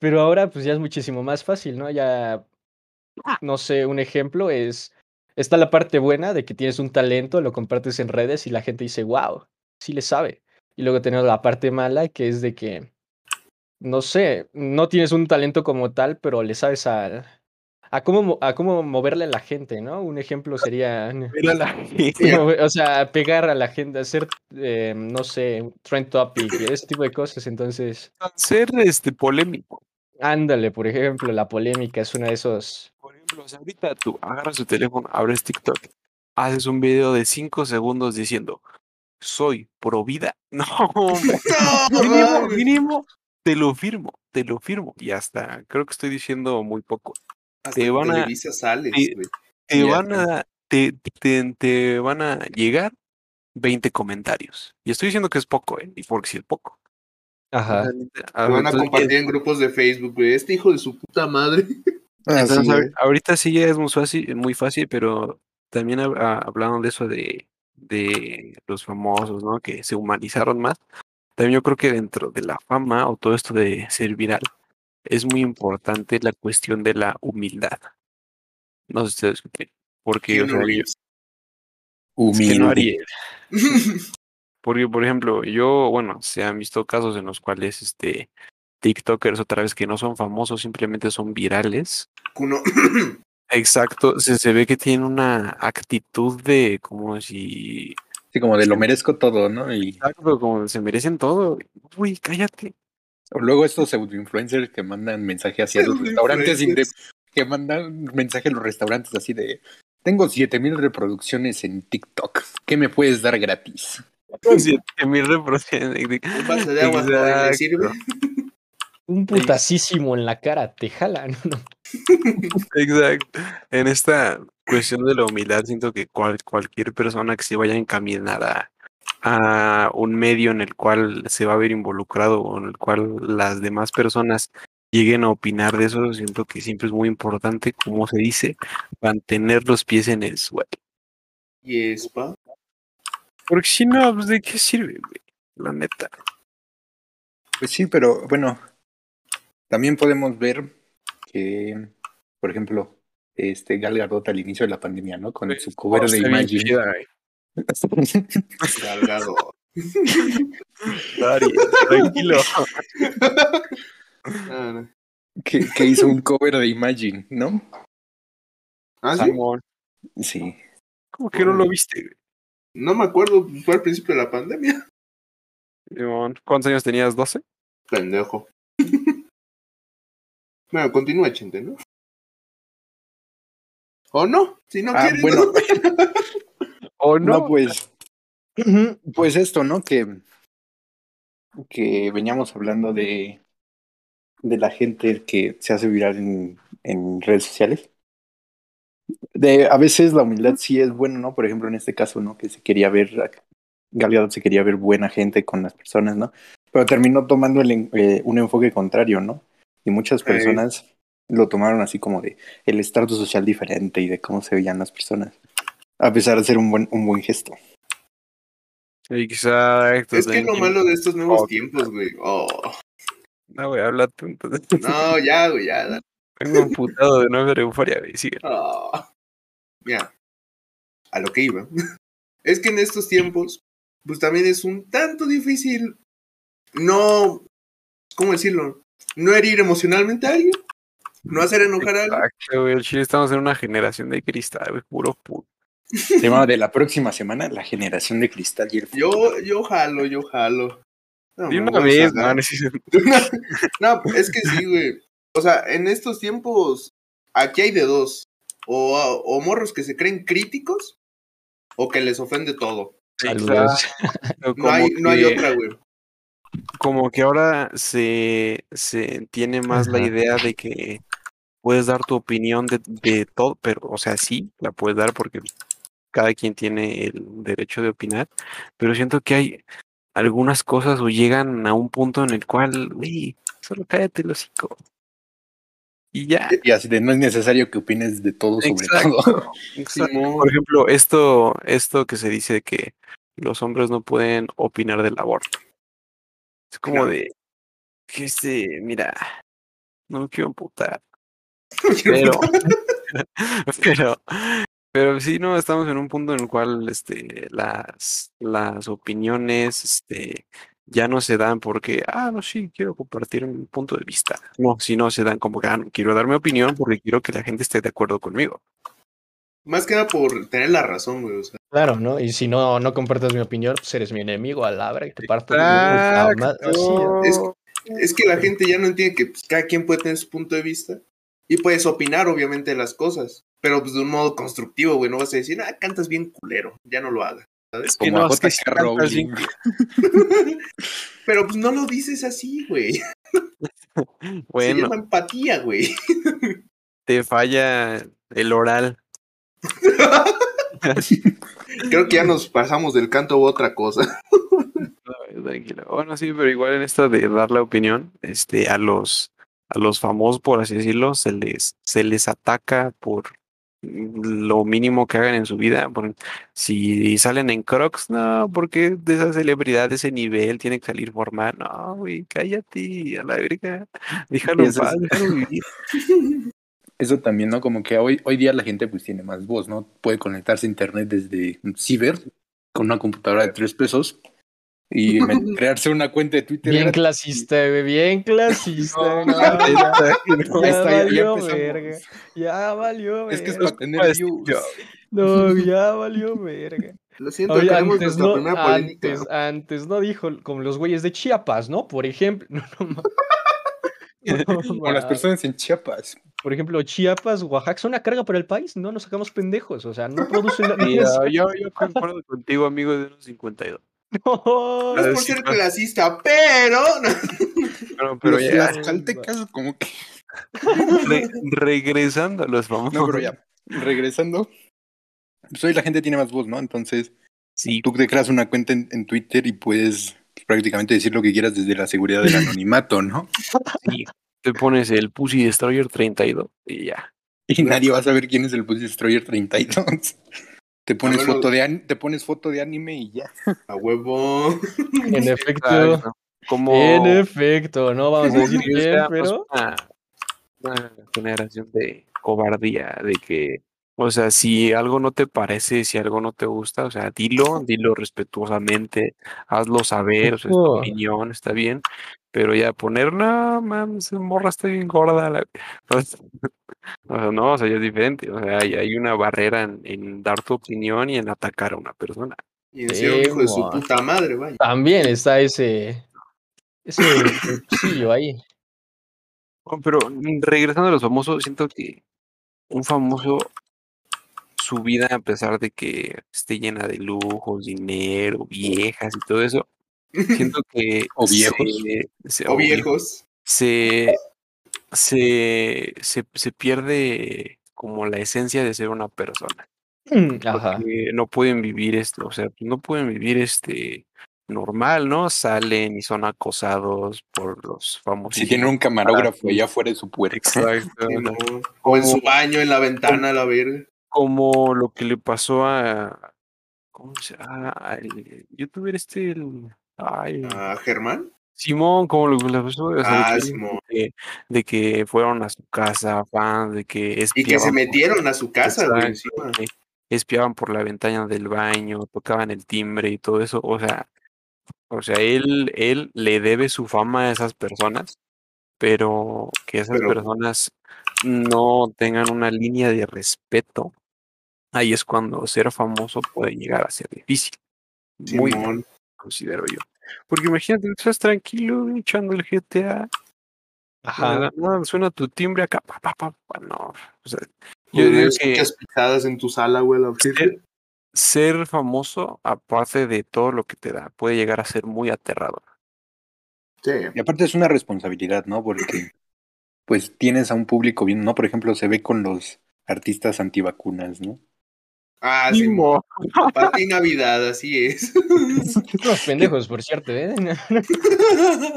S4: Pero ahora pues ya es muchísimo más fácil, ¿no? Ya, no sé, un ejemplo es, está la parte buena de que tienes un talento, lo compartes en redes y la gente dice, wow, sí le sabe. Y luego tenemos la parte mala que es de que, no sé, no tienes un talento como tal, pero le sabes al- a, cómo, mo- a cómo moverle a la gente, ¿no? Un ejemplo sería...
S3: Mira la
S5: Sí.
S4: Mover- O sea, pegar a la gente, hacer, eh, no sé, un trend topic, y ese tipo de cosas. Entonces,
S3: ser este polémico.
S4: ándale, por ejemplo, la polémica es una de esos.
S3: Por ejemplo, o sea, ahorita tú agarras tu teléfono, abres TikTok, haces un video de 5 segundos diciendo soy pro vida. No, hombre.
S5: No,
S3: mínimo,
S5: mames.
S3: mínimo, te lo firmo, te lo firmo. Y hasta creo que estoy diciendo muy poco.
S5: Hasta
S3: te
S5: en
S3: van a-
S5: Televisa sales,
S3: te-
S5: güey.
S3: te
S2: Ya,
S3: van a te, te- te van a llegar 20 comentarios. Y estoy diciendo que es poco, ¿eh? Y porque sí es poco.
S4: Ajá.
S3: Realmente, a
S5: Te
S3: ver,
S5: van a
S3: entonces,
S5: compartir en grupos de Facebook, güey. Este hijo de su puta madre.
S3: entonces,
S2: Así
S3: a-
S2: es.
S3: ahorita Ah, sí ya es muy fácil, muy fácil, pero también hab- ah, hablando de eso de, de los famosos, ¿no? Que se humanizaron más. También yo creo que dentro de la fama o todo esto de ser viral, es muy importante la cuestión de la humildad. No sé si ustedes qué- porque o
S5: Keanu
S3: sea, yo-
S5: Reeves.
S3: es que no haría-
S2: Humilde.
S3: Porque, por ejemplo, yo, bueno, se han visto casos en los cuales este TikTokers otra vez que no son famosos, simplemente son virales.
S5: Kuno.
S3: Exacto, se, se ve que tienen una actitud de como si
S2: Sí, como de lo merezco todo, ¿no? Y
S3: exacto, como se merecen todo. Uy, cállate.
S2: o luego estos pseudoinfluencers que mandan mensaje hacia los restaurantes y de- que mandan mensaje a los restaurantes así de tengo 7000 reproducciones en TikTok. ¿Qué me puedes dar gratis?
S3: Siete mil reproducciones.
S5: Un vaso de agua joven, ¿le sirve?
S4: Un putacísimo en la cara te jala, ¿no? No.
S3: Exacto. En esta cuestión de la humildad, siento que cual- cualquier persona que se vaya a encaminar a, a un medio en el cual se va a ver involucrado o en el cual las demás personas lleguen a opinar de eso, siento que siempre es muy importante, como se dice, mantener los pies en el suelo.
S5: Y es pa.
S3: Porque si no, pues, ¿de qué sirve, güey? La neta.
S2: Pues sí, pero bueno, también podemos ver que, por ejemplo, este Gal Gadot al inicio de la pandemia, ¿no? Con su cover de
S3: Está bien
S2: Imagine.
S3: Oh, chida, güey.
S5: Salgado.
S3: Dari, tranquilo.
S5: Ah, no.
S2: que, que hizo un cover de Imagine, ¿no?
S5: Ah, sí.
S3: Simón.
S2: Sí.
S3: ¿Cómo que no lo viste, güey?
S5: No me acuerdo, fue al principio de la pandemia.
S3: Simón, ¿Cuántos años tenías? ¿12?
S5: Pendejo. bueno, continúa, gente, ¿no? ¿O no? Si no
S2: Ah,
S5: quieres.
S2: bueno.
S5: ¿no?
S3: ¿O
S2: No,
S3: no?
S2: pues. Pues esto, ¿no? Que, que veníamos hablando de, de la gente que se hace viral en, en redes sociales. De, a veces la humildad sí es bueno, ¿no? Por ejemplo, en este caso, ¿no? Que se quería ver, Galeado se quería ver buena gente con las personas, ¿no? Pero terminó tomando el en- eh, un enfoque contrario, ¿no? Y muchas
S5: Ey.
S2: personas lo tomaron así como de el estrato social diferente y de cómo se veían las personas, a pesar de ser un buen, un buen gesto.
S3: Exacto.
S5: Es que es lo
S3: tranquilo.
S5: malo de estos nuevos
S3: Oh.
S5: tiempos, güey. Oh.
S3: No, güey, habla tú. entonces.
S5: No, ya, güey, ya. dale.
S3: Tengo un putado de no ver euforia, güey. Sigue.
S5: Oh. Mira, a lo que iba. Es que en estos tiempos, pues también es un tanto difícil no, ¿cómo decirlo? No herir emocionalmente a alguien, no hacer enojar a alguien.
S3: Exacto, güey. Al Chile estamos en una generación de cristal, güey. Puro puto.
S2: Tema de la próxima semana, la generación de cristal y el
S5: Yo,
S2: futuro.
S5: yo jalo, yo jalo. No,
S3: De
S5: me
S3: una
S5: voy a
S3: vez,
S5: sacar.
S3: no, necesito-
S5: no, es que sí, güey. O sea, en estos tiempos, aquí hay de dos. O, o morros que se creen críticos, o que les ofende todo.
S4: Saludos.
S3: Exacto,
S5: No hay,
S3: como
S5: no hay
S3: que-
S5: otra, güey.
S3: Como que ahora se, se tiene más la
S4: Ajá.
S3: idea de que puedes dar tu opinión de, de todo, pero, o sea, sí, la puedes dar porque cada quien tiene el derecho de opinar, pero siento que hay algunas cosas o llegan a un punto en el cual, güey, solo cállate el hocico. Y ya.
S2: Y así de no es necesario que opines de todo sobre
S3: eh, Exacto.
S2: todo.
S3: Exacto.
S5: Simón.
S3: Por ejemplo, esto, esto que se dice de que los hombres no pueden opinar del aborto. Es como
S5: Claro.
S3: de que este, mira, no me quiero amputar,
S5: Pero,
S3: pero, pero, pero sí, no, estamos en un punto en el cual este, las, las opiniones este, ya no se dan porque, ah, no, sí, quiero compartir un punto de vista. No, si no se dan como que, ah, no, quiero dar mi opinión porque quiero que la gente esté de acuerdo conmigo.
S5: Más que nada por tener la razón, güey. O sea,
S4: Claro, ¿no? Y si no, no compartes mi opinión, pues eres mi enemigo, a la verga, y te parto tu puta ma- Así es.
S5: es. es que la gente ya no entiende que pues, cada quien puede tener su punto de vista y puedes opinar, obviamente, de las cosas. Pero pues de un modo constructivo, güey. No vas a decir, ah, cantas bien culero. Ya no lo hagas. ¿Sabes?
S3: que
S2: Como
S3: no,
S2: a
S3: es que
S2: J.K.
S3: sí cantas
S2: Rowling.
S3: bien
S5: Pero pues no lo dices así, güey. Se
S3: Bueno,
S5: llama empatía, güey.
S3: te falla el oral.
S5: Creo que ya nos pasamos del canto a otra cosa.
S3: No, Tranquilo. Bueno, sí, pero igual en esta de dar la opinión, este, a los, a los famosos, por así decirlo, se les, se les ataca por lo mínimo que hagan en su vida. Por- si salen en Crocs, no, porque de esa celebridad, de ese nivel, tiene que salir formal. No, güey, cállate, a la verga. Déjalo en
S2: Eso es-
S3: paz, déjalo vivir.
S2: Eso también, ¿no? Como que hoy, hoy día la gente pues tiene más voz, ¿no? Puede conectarse a internet desde un ciber con una computadora de tres pesos y me- crearse una cuenta de Twitter.
S4: Bien
S2: gratis.
S4: clasista, güey, bien clasista. no, ya,
S3: No,
S4: ya
S2: está, ya
S4: valió,
S2: empezamos.
S4: verga. Ya valió, verga.
S2: es que es para tener
S3: pues,
S2: views.
S3: yo-
S4: No, ya valió, verga.
S5: Lo siento,
S4: Oye,
S5: tenemos
S4: antes
S5: nuestra
S4: no,
S5: primera polémica.
S4: antes, antes no dijo, como los güeyes de Chiapas, ¿no? Por ejemplo. No, no, ma- no,
S2: Con las
S4: ma-
S2: personas en Chiapas.
S4: Por ejemplo, Chiapas, Oaxaca, son una carga para el país. No nos sacamos pendejos. O sea, no producen.
S3: Sí,
S4: nada.
S3: no, yo, yo concuerdo contigo, amigo de unos 52.
S4: No.
S5: No es por
S3: sí,
S5: ser
S3: claro.
S5: clasista, pero.
S2: Pero
S3: Pero, pero
S2: los
S3: ya,
S2: tlaxcaltecas como que...
S3: re- regresando a los famosos.
S2: No, pero ya, regresando. Pues hoy la gente tiene más voz, ¿no? Entonces,
S3: Sí,
S2: Tú te creas una cuenta en, en Twitter y puedes pues, prácticamente decir lo que quieras desde la seguridad del anonimato, ¿no?
S3: sí. Te pones el Pussy Destroyer 32 y ya.
S2: Y nadie va a saber quién es el Pussy Destroyer 32. Te pones,
S5: Ah, bueno.
S2: foto de an- te pones foto de anime y ya.
S5: A huevo.
S4: En efecto.
S3: Exacto. Como
S4: En efecto, no vamos a
S3: como
S4: decir
S3: que
S4: bien,
S3: seamos
S4: pero
S3: una, una generación de cobardía, de que, o sea, si algo no te parece, si algo no te gusta, o sea, dilo, dilo respetuosamente, hazlo saber, o sea, es tu
S4: Ojo.
S3: opinión, está bien, pero ya poner, no, mames, esa morra está bien gorda, la-". o sea, o sea, no, o sea, ya es diferente, o sea, hay, hay una barrera en, en dar tu opinión y en atacar a una persona.
S5: Y en serio, hijo de su
S4: Emo.
S5: puta madre, vaya.
S4: también está ese. Ese cuchillo ahí.
S3: Oh, Pero mm, regresando a los famosos, siento que un famoso, su vida, a pesar de que esté llena de lujos, dinero, viejas y todo eso, siento que
S2: O viejos.
S3: se- se-
S5: O
S3: o vie-
S5: viejos.
S3: se, se, se, se pierde como la esencia de ser una persona
S4: Ajá.
S3: porque no pueden vivir esto, o sea, no pueden vivir este normal, ¿no? Salen y son acosados por los famosos.
S2: Si tiene un camarógrafo allá afuera de su puerta.
S3: Exacto.
S5: Sí, no.
S3: ¿no?
S5: O en
S3: Oh.
S5: su baño, en la ventana, la verga.
S3: Como lo que le pasó a. ¿Cómo se llama? Ah, Al youtuber este. el- ay,
S5: ¿A Germán?
S3: Simón, como lo que le pasó. o sea,
S5: Ah,
S3: de, que,
S5: Simón.
S3: de- de que fueron a su casa, fans, de que
S5: Y que se
S3: espiaban por-
S5: metieron a su casa, güey,
S3: Exacto,
S5: encima.
S3: que espiaban por la ventana del baño, tocaban el timbre y todo eso. O sea, o sea, él, él le debe su fama a esas personas, pero que esas
S5: Pero-
S3: personas no tengan una línea de respeto, ahí es cuando ser famoso puede llegar a ser difícil. Muy difícil,
S5: Simón.
S3: considero yo. Porque imagínate, estás tranquilo güey, echando el GTA, de la
S4: Ajá.
S3: nada suena tu timbre acá, pa, pa, pa, pa, no. o sea, yo
S5: Yo
S3: digo que
S5: escuchas pisadas en tu sala, güey, la verga.
S3: ser, ser famoso, aparte de todo lo que te da, puede llegar a ser muy aterrador.
S5: Sí.
S2: Y aparte es una responsabilidad, ¿no? Porque pues tienes a un público bien, ¿no? Por ejemplo, se ve con los artistas antivacunas, ¿no?
S5: Ah, Simón. Para ti Navidad, así es.
S4: Unos pendejos, por cierto, ¿eh?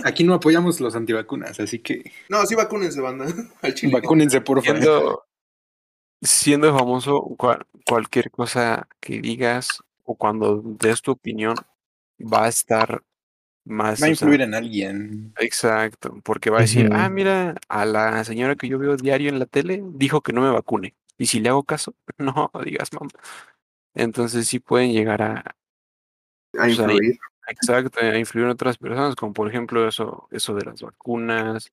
S2: Aquí no apoyamos los antivacunas, así que
S5: No, sí vacúnense, banda. Al chile.
S2: vacúnense, por favor.
S3: siendo, siendo famoso, cual- cualquier cosa que digas o cuando des tu opinión va a estar más...
S2: Va a
S3: o sea,
S2: influir en alguien.
S3: exacto, porque va a decir, ah,
S4: Ujú.
S3: mira, a la señora que yo veo diario en la tele dijo que no me vacune. Y si le hago caso, no digas, mamá. Entonces sí pueden llegar a,
S5: A
S3: pues, ahí.
S5: influir.
S3: Exacto, a influir en otras personas, como por ejemplo eso, eso de las vacunas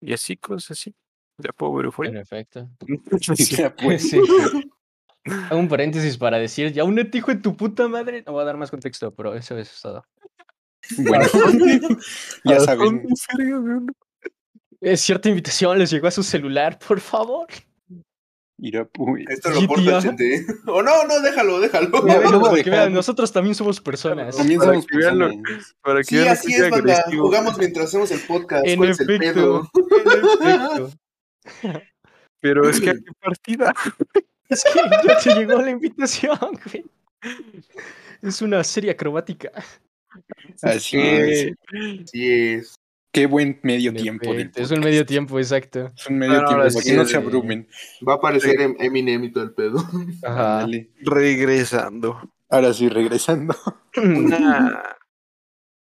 S3: y así cosas así. Ya puedo ver euforia.
S4: En efecto.
S2: Ya,
S4: Pues
S2: pues.
S4: Sí. Hago Un paréntesis para decir, ya un etijo en tu puta madre. No voy a dar más contexto, pero eso es todo.
S2: Bueno, ya saben.
S4: Es cierta invitación, les llegó a su celular, por favor.
S2: Irapuy.
S5: Esto lo
S4: Sí,
S5: porta
S4: tía.
S5: Chente. O no, no, déjalo, déjalo.
S2: Ya,
S4: Vean,
S2: lo voy a
S4: porque
S2: dejar.
S4: vean, nosotros también somos personas.
S2: También
S3: También para
S2: somos
S3: que vean lo-
S2: personas.
S3: Para que
S5: Sí,
S3: vean lo
S5: así
S3: que sea
S5: es, banda.
S3: agresivo.
S5: Jugamos mientras hacemos el podcast.
S4: En
S5: ¿Cuál es el
S4: efecto.
S5: pedo?
S4: En efecto.
S3: Pero es que hay partida.
S4: Es que ya te llegó la invitación, güey. Es una serie acrobática.
S2: Así es.
S3: Eh,
S5: Ah, Así es.
S2: Qué buen medio
S4: En
S2: tiempo del
S4: efecto, Es un
S2: podcast.
S4: medio tiempo, exacto.
S2: Es un medio
S3: Ahora
S2: tiempo, para
S3: sí,
S2: que no
S3: sí.
S2: se abrumen.
S5: Va a aparecer Em- Eminem y todo el pedo.
S4: Ajá.
S2: Ándale.
S3: regresando.
S2: Ah. Ahora sí, regresando.
S3: Una.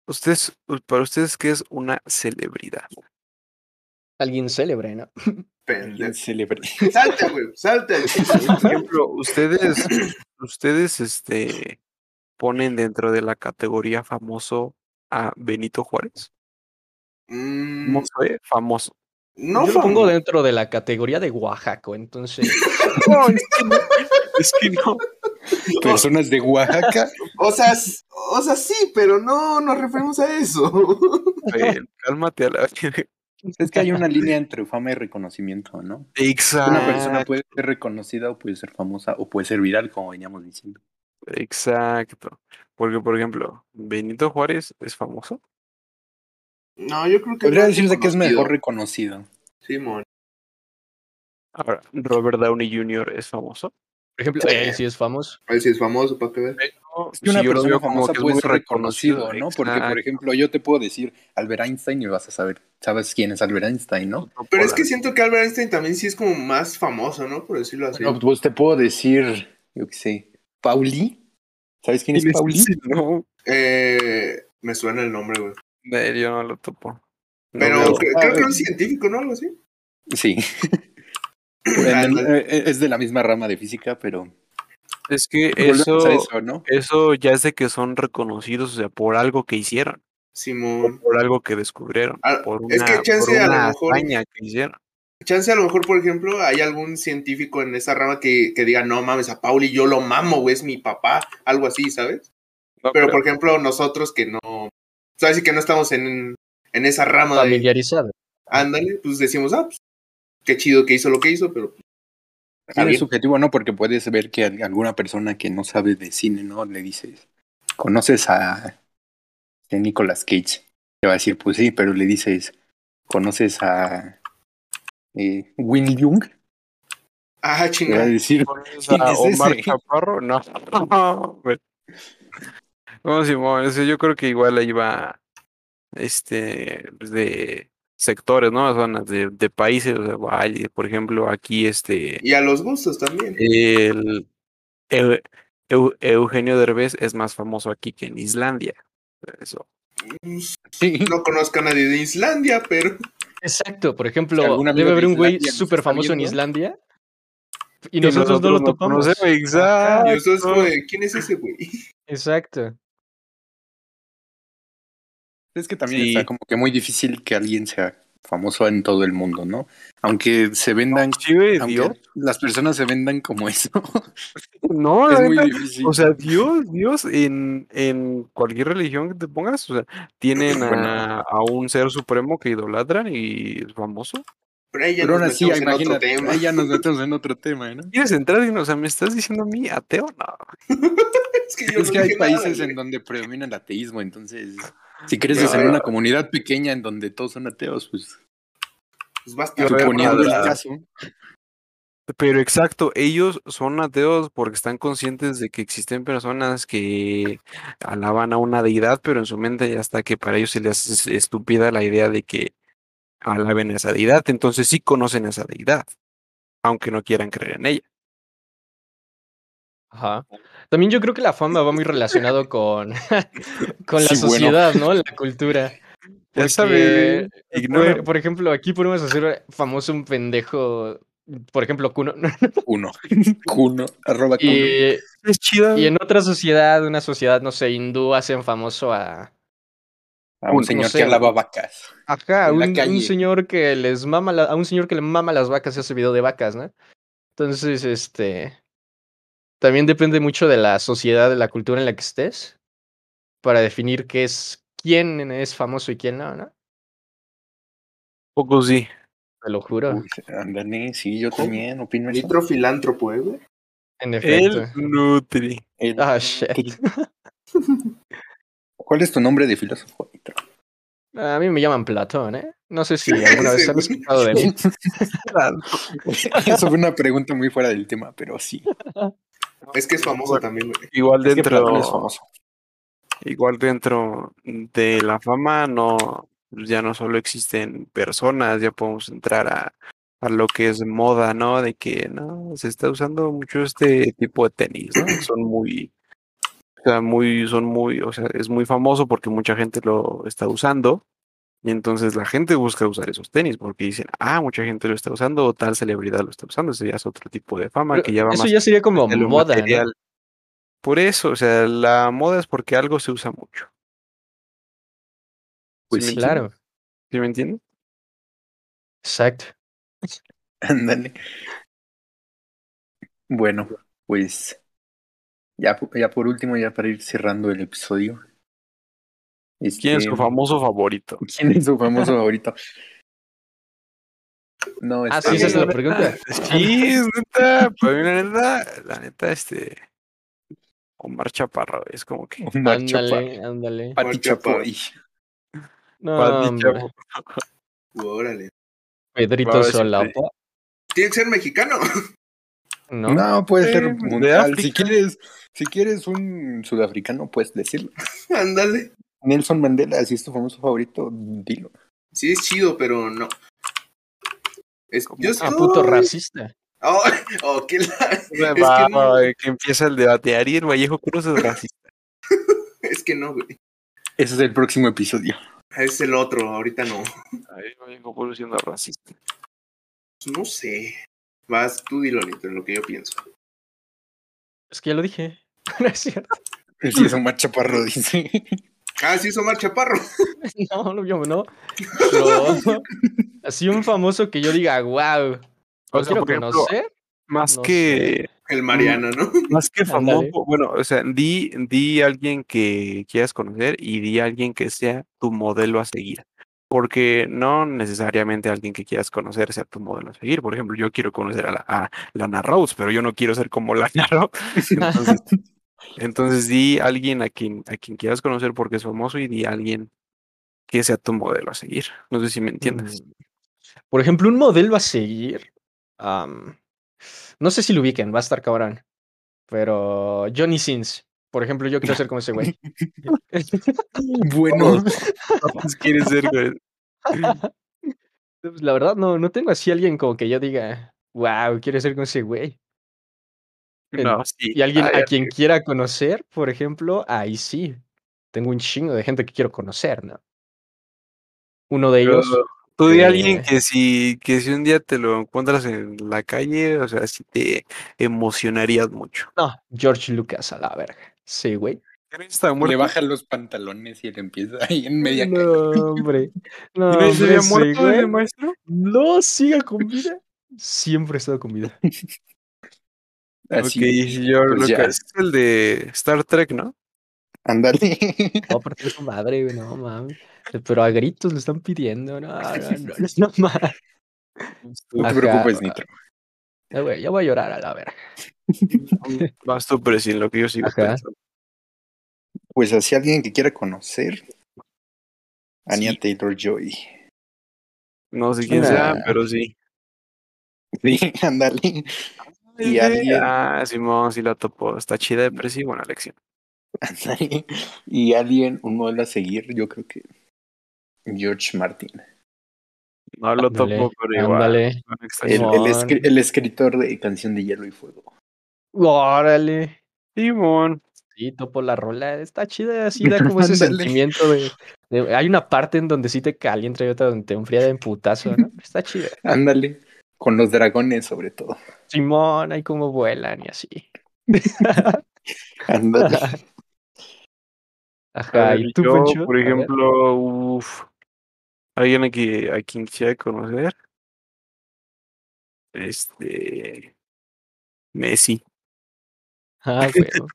S3: Ustedes, para ustedes, ¿qué es una celebridad?
S4: Alguien célebre, ¿no?
S2: Alguien
S5: Pendejo.
S2: celebre.
S5: Salta, güey. Salta.
S3: Por ejemplo, ustedes, ustedes, este, ponen dentro de la categoría famoso a Benito Juárez.
S5: Mm,
S3: ¿Cómo fue? Famoso.
S5: no
S4: Yo lo pongo
S5: famoso.
S4: dentro de la categoría de Oaxaco, entonces.
S3: Es que no.
S2: Personas de Oaxaca.
S5: O sea, s- o sea, sí, pero no nos referimos a eso.
S3: Fel, cálmate a la.
S2: Es que hay una línea entre fama y reconocimiento, ¿no?
S3: Exacto.
S2: Una persona puede ser reconocida o puede ser famosa o puede ser viral, como veníamos diciendo.
S3: Exacto. Porque, por ejemplo, Benito Juárez es famoso.
S5: No, yo creo que.
S2: Podría
S5: no
S2: decirse que es
S5: conocido.
S2: mejor reconocido.
S5: Simón.
S3: Ahora, Robert Downey Jr. es famoso.
S4: Por ejemplo, él sí es famoso.
S5: A ver si es famoso, para que veas.
S3: mismo.
S2: Es que una
S3: si yo lo
S2: persona
S3: veo como
S2: famosa
S3: que es
S2: puede
S3: muy
S2: ser reconocido, ¿no? Porque, por
S3: exacto.
S2: ejemplo, yo te puedo decir Albert Einstein y vas a saber, sabes quién es Albert Einstein, ¿no?
S5: Pero es que siento que Albert Einstein también sí es como más famoso, ¿no? Por decirlo así.
S2: No, pues te puedo decir, yo qué sé, Pauli. ¿Sabes quién es Pauli?
S3: Sí, no,
S5: Eh, me suena el nombre, güey.
S3: de- yo no lo topo. No
S5: Pero
S3: veo.
S5: cre- creo, que era un científico, ¿no? Algo así.
S2: Sí. En el- eh, es de la misma rama de física, pero
S3: es que
S2: volvemos
S3: eso,
S2: a eso, ¿no?
S3: eso ya es de que son reconocidos, o sea, por algo que hicieron,
S5: Simón.
S3: por algo que descubrieron,
S5: Ah,
S3: por una,
S5: es que chance
S3: por
S5: a lo
S3: una
S5: mejor-
S3: hazaña que hicieron.
S5: Chance, a lo mejor, por ejemplo, hay algún científico en esa rama que, que diga, no mames, a Pauli yo lo mamo, güey, es mi papá, algo así, ¿sabes?
S3: No
S5: Pero,
S3: creo.
S5: por ejemplo, nosotros que no, ¿sabes? Y que no estamos en, en esa rama de,
S4: Familiarizado.
S5: ándale, pues decimos, ah, pues, qué chido que hizo lo que hizo, pero
S2: Sí,
S5: está
S2: es
S5: bien.
S2: subjetivo, ¿no? Porque puedes ver que al- alguna persona que no sabe de cine, ¿no? Le dices, ¿conoces a a Nicolas Cage? Te va a decir, pues sí, pero le dices, ¿conoces a eh, Will Jung?
S5: Ah,
S2: Te va a
S5: chingada.
S2: decir, pues
S3: ¿Conoces
S2: ¿Quién
S3: a
S2: es
S3: Omar
S2: ese?
S3: Chaparro? No. Bueno. No, Simón, eso yo creo que igual ahí va este pues, de sectores, ¿no? Zonas de, de países, o sea, vaya, por ejemplo, aquí este
S5: Y a los gustos también.
S3: el, Eu- Eu- Eugenio Derbez es más famoso aquí que en Islandia. Eso.
S5: Pues,
S2: sí.
S5: No conozco a nadie de Islandia, pero
S4: Exacto, por
S2: Si
S4: ejemplo,
S2: algún amigo
S4: debe
S2: de
S4: haber un güey
S2: Islandia nos
S4: súper
S2: está
S4: famoso en
S2: viendo.
S4: Islandia y nosotros, no lo topamos.
S3: conocemos,
S5: y
S3: Exacto.
S5: eso es como de, ¿quién es ese güey?
S4: Exacto.
S2: Es que también
S3: Sí.
S2: está como que muy difícil que alguien sea famoso en todo el mundo, ¿no? Aunque se vendan,
S3: Sí, güey,
S2: aunque
S3: Dios.
S2: las personas se vendan como eso,
S3: No,
S2: es
S3: la
S2: muy
S3: neta,
S2: difícil.
S3: O sea, Dios, Dios, en, en cualquier religión que te pongas, o sea, tienen
S2: Bueno.
S3: a, a un ser supremo que idolatran y es famoso.
S5: Pero ahí ya
S2: pero aún
S5: nos
S2: así,
S5: metemos en otro
S2: imagínate,
S5: tema.
S2: ahí ya nos metemos en otro tema, ¿no?
S3: ¿Quieres entrar y no? O sea, ¿me estás diciendo a mí ateo? No.
S5: Es que yo
S2: Es
S5: no
S2: que hay
S5: dije nada,
S2: países
S5: güey.
S2: en donde predomina el ateísmo, entonces, si creces
S5: Ya,
S2: en
S5: ya.
S2: una comunidad pequeña en donde todos son ateos, pues
S5: Pues basta.
S3: ver,
S2: suponiendo el
S3: ahora-
S2: caso,
S3: Pero exacto, ellos son ateos porque están conscientes de que existen personas que alaban a una deidad, pero en su mente ya está que para ellos se les hace estúpida la idea de que alaben a esa deidad. Entonces sí conocen a esa deidad, aunque no quieran creer en ella.
S4: Ajá. También yo creo que la fama va muy relacionado con, con la
S2: Sí, bueno.
S4: sociedad, ¿no? La cultura.
S3: Ya sabes,
S4: Porque,
S3: ignora.
S4: Por, por ejemplo, aquí podemos hacer famoso un pendejo, por ejemplo, Kuno.
S2: uno, cuno, arroba cuno.
S4: Y,
S3: Es chida.
S4: y en otra sociedad, una sociedad, no sé, hindú, hacen famoso a.
S2: a un
S4: un-
S2: señor
S4: no sé,
S2: que alaba vacas.
S4: Ajá, a
S2: En la
S4: un,
S2: calle.
S4: un señor que les mama la- a un señor que le mama las vacas y hace video de vacas, ¿no? Entonces, este. También depende mucho de la sociedad, de la cultura en la que estés, para definir qué es, quién es famoso y quién no, ¿no?
S3: Poco sí.
S4: Te lo juro.
S2: Uy, ándale, sí, yo
S5: Ah. ¿Cómo?
S2: también opino eso.
S5: Nitro filántropo, eh, güey.
S4: En efecto.
S3: El Nutri.
S2: El-
S4: Ah, shit.
S2: ¿Cuál es tu nombre de filósofo? Nitro?
S4: A mí me llaman Platón, ¿eh? No sé si alguna vez han
S5: Seguro.
S4: escuchado de mí.
S2: Eso fue una pregunta muy fuera del tema, pero sí.
S5: Es que es famoso
S3: Bueno,
S5: también, güey.
S3: Igual
S2: Es que Platón es
S3: dentro,
S2: famoso.
S3: igual dentro de la fama, no, ya no solo existen personas, ya podemos entrar a, a lo que es moda, ¿no? De que no se está usando mucho este tipo de tenis, ¿no? Son muy, o sea, muy, son muy, o sea, es muy famoso porque mucha gente lo está usando. Y entonces la gente busca usar esos tenis porque dicen, ah, mucha gente lo está usando o tal celebridad lo está usando. Ese ya es otro tipo de fama
S4: Pero
S3: que ya va
S4: Eso
S3: más
S4: ya sería como
S3: de lo
S4: moda, ¿no?
S3: material. Por eso, o sea, la moda es porque algo se usa mucho.
S2: Pues
S3: ¿Sí me entiendes?
S4: Claro,
S3: ¿Sí me entiendes?
S4: exacto.
S2: Ándale. Bueno, pues ya, po- ya por último, ya para ir cerrando el episodio.
S3: ¿Quién es
S2: Este,
S3: tu famoso favorito?
S2: ¿Quién es su famoso favorito? No,
S3: Pues,
S4: Ah,
S2: este,
S4: sí, esa es la
S3: Neta,
S4: pregunta.
S3: Sí, es neta, para mí la neta, la neta, este, Omar Chaparro, es como que...
S2: Omar Chaparro.
S4: Ándale, ándale.
S2: Pati Chapoy.
S4: No,
S3: Pati
S4: hombre.
S3: Chapo.
S5: Órale.
S4: Pedrito
S3: Ahora sí,
S4: Sola.
S3: Pedrito.
S5: Tiene que ser mexicano.
S2: No,
S4: ¿no?
S2: puede
S3: Eh,
S2: ser
S3: de
S2: mundial.
S3: África.
S2: Si quieres, si quieres un sudafricano, puedes decirlo.
S5: Ándale.
S2: Nelson Mandela, si es tu famoso favorito, dilo.
S5: Sí, es chido, pero no. Es, yo
S4: Ah, puto
S5: estoy-
S4: racista.
S5: Oh, oh, qué la- que
S3: Va,
S5: no.
S3: va, que empieza el debate. Ariel Vallejo Cruz es racista.
S5: Es que no, güey. Ah,
S2: Ese es el próximo episodio.
S5: Es el otro, ahorita no.
S3: Ariel Vallejo Cruz siendo racista.
S5: Pues No sé. Vas tú, dilo, Nito, en lo que yo pienso.
S4: Es que ya lo dije. No es cierto.
S2: El sí es un machaparro, dice.
S5: Ah, sí, es Omar Chaparro.
S4: No, no, yo no. Pero, así un famoso que yo diga, wow.
S3: O
S4: ¿Lo
S3: sea,
S4: quiero
S3: por ejemplo,
S4: conocer?
S3: Más
S4: No
S3: que,
S5: El Mariana, ¿no?
S3: más que
S4: Ándale.
S3: famoso, bueno, o sea, di, di a alguien que quieras conocer y di a alguien que sea tu modelo a seguir. Porque no necesariamente alguien que quieras conocer sea tu modelo a seguir. Por ejemplo, yo quiero conocer a, la, a Lana Rhodes, pero yo no quiero ser como Lana Rhodes. Entonces, entonces di a alguien a quien, a quien quieras conocer porque es famoso y di a alguien que sea tu modelo a seguir. No sé si me entiendes.
S4: Mm. Por ejemplo, un modelo a seguir. am, no sé si lo ubiquen, va a estar cabrón. Pero Johnny Sins, por ejemplo, yo quiero ser como ese güey.
S2: Bueno,
S3: Entonces, ¿Quieres ser güey?
S4: Pues, La verdad, no, no tengo así alguien como que yo diga, wow, quiero ser como ese güey.
S3: No, sí.
S4: Y alguien
S3: Ay,
S4: a quien quiera conocer, por ejemplo, ahí sí. Tengo un chingo de gente que quiero conocer, ¿no? Uno de ellos.
S3: Pero tú di a alguien
S4: eh,
S3: que si, que si un día te lo encuentras en la calle, o sea, si te emocionarías mucho.
S4: No, George Lucas, a la verga. Sí, güey.
S3: Está
S2: le
S3: muerto.
S2: bajan los pantalones y él empieza ahí en media
S4: No,
S2: calle.
S4: hombre. No,
S3: ¿Y no se
S4: hombre,
S3: había
S4: ese
S3: muerto
S4: güey.
S3: el maestro?
S4: No, siga con vida. Siempre he estado con vida.
S2: Así.
S3: ok, George
S2: Ah, pues ya.
S3: Lucas. Es el de Star Trek, ¿no?
S2: Ándale.
S4: No, partir su madre, güey, no mames. Pero a gritos le están pidiendo, no, no, no, no, no mames.
S2: No te
S4: Ajá.
S2: preocupes, Nitro.
S4: Ya, güey, ya voy a llorar a la verga.
S3: Vas tú, Presin, lo que yo sigo
S4: Ajá.
S3: pensando.
S2: Pues así alguien que quiera conocer. Anya Taylor Joy.
S3: No sé quién sea,
S2: Nah.
S3: pero sí.
S2: Sí, ándale. Y
S3: Sí,
S2: alguien-
S3: Ah, Simón, sí la topo. Está chida de Presi, buena lección.
S2: Ándale. Y alguien, un modelo a seguir, yo creo que. George Martin.
S3: No lo topo, pero igual.
S4: ándale.
S3: me extraña.
S2: El, el escri-
S4: Simón.
S2: el escritor de Canción de Hielo y Fuego.
S4: Órale.
S3: Simón.
S4: Sí, topo la rola. Está chida, así da como ese
S2: Ándale.
S4: sentimiento de, de- Hay una parte en donde sí te calienta y otra donde te enfría de putazo, ¿no? Está chida.
S2: Ándale. Con los dragones, sobre todo.
S4: Simón, ahí como vuelan y así.
S2: Ándale.
S3: A
S4: Ajá,
S3: ver,
S4: y tú,
S3: yo,
S4: Poncho?
S3: por
S4: A ver.
S3: ejemplo, uff, alguien a quien, a quien quisiera conocer. Este. Messi.
S4: Ah, huevo.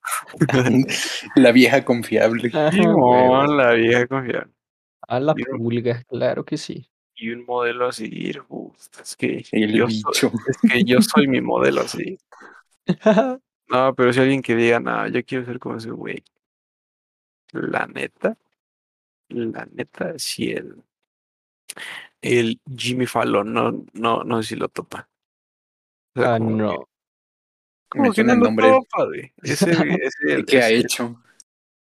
S2: La vieja confiable.
S4: Ah, huevo.
S3: Simón, la vieja confiable.
S4: A la
S3: Digo-
S4: pulga, claro que sí.
S3: Y un modelo a seguir. uf, es, que
S2: El
S3: yo soy,
S2: bicho.
S3: es que yo soy mi modelo a seguir. No, pero si alguien que diga, no, yo quiero ser como ese güey. La neta, la neta, si el, el Jimmy Fallon, no, no, no sé si lo topa. O sea,
S4: Ah,
S3: como que-
S4: no.
S3: como
S2: Me
S3: que
S2: suena
S3: no
S2: el
S3: lo
S2: nombre.
S3: topa, güey. Es el, es el,
S2: ¿Qué
S3: es
S2: ha
S3: el-
S2: hecho?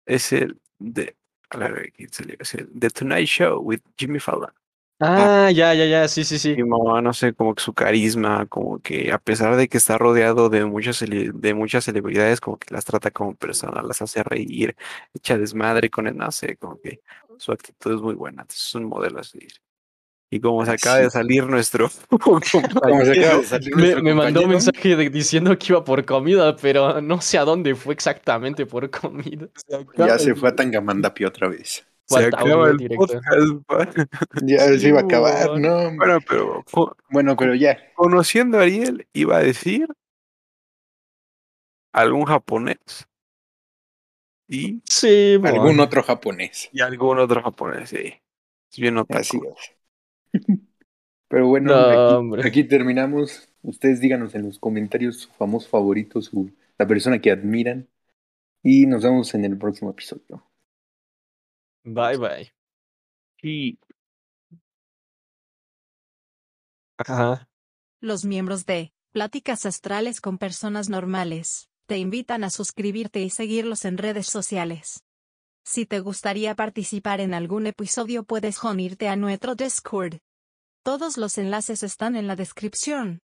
S3: es el de, a la verga, ¿quién salió? Es el The Tonight Show with Jimmy Fallon.
S4: Ah, ya, ya, ya, sí, sí, sí.
S3: Y mamá, no sé, como que su carisma, como que a pesar de que está rodeado de muchas, cele- de muchas celebridades, como que las trata como personas, las hace reír, echa desmadre con el, no sé, como que su actitud es muy buena, entonces es un modelo a seguir. Y como se acaba de
S2: Sí.
S3: salir nuestro
S2: Como se acaba de
S3: compañero,
S2: salir
S4: Me,
S2: nuestro
S4: me mandó un
S2: compañero.
S4: mensaje de- diciendo que iba por comida, pero no sé a dónde fue exactamente por comida.
S2: Ya se fue a Tangamandapi otra vez.
S3: se
S4: Guataule
S3: acaba el
S4: directo.
S3: podcast, pa.
S2: Ya
S4: Sí,
S2: se iba a acabar,
S4: mon.
S2: ¿no?
S3: Bueno, pero co-
S2: Bueno, pero ya.
S3: conociendo a Ariel, iba a decir algún japonés y
S4: Sí, mon.
S2: Algún otro japonés.
S3: Y algún otro japonés, sí. Es bien otaku.
S2: Así es. Pero bueno,
S4: No,
S2: aquí-
S4: hombre.
S2: aquí, terminamos. Ustedes díganos en los comentarios su famoso favorito, su, la persona que admiran. Y nos vemos en el próximo episodio.
S4: Bye, bye.
S3: Sí.
S4: Ajá.
S1: Los miembros de Pláticas astrales con personas normales. Te invitan a suscribirte y seguirlos en redes sociales. Si te gustaría participar en algún episodio puedes unirte a nuestro Discord. Todos los enlaces están en la descripción.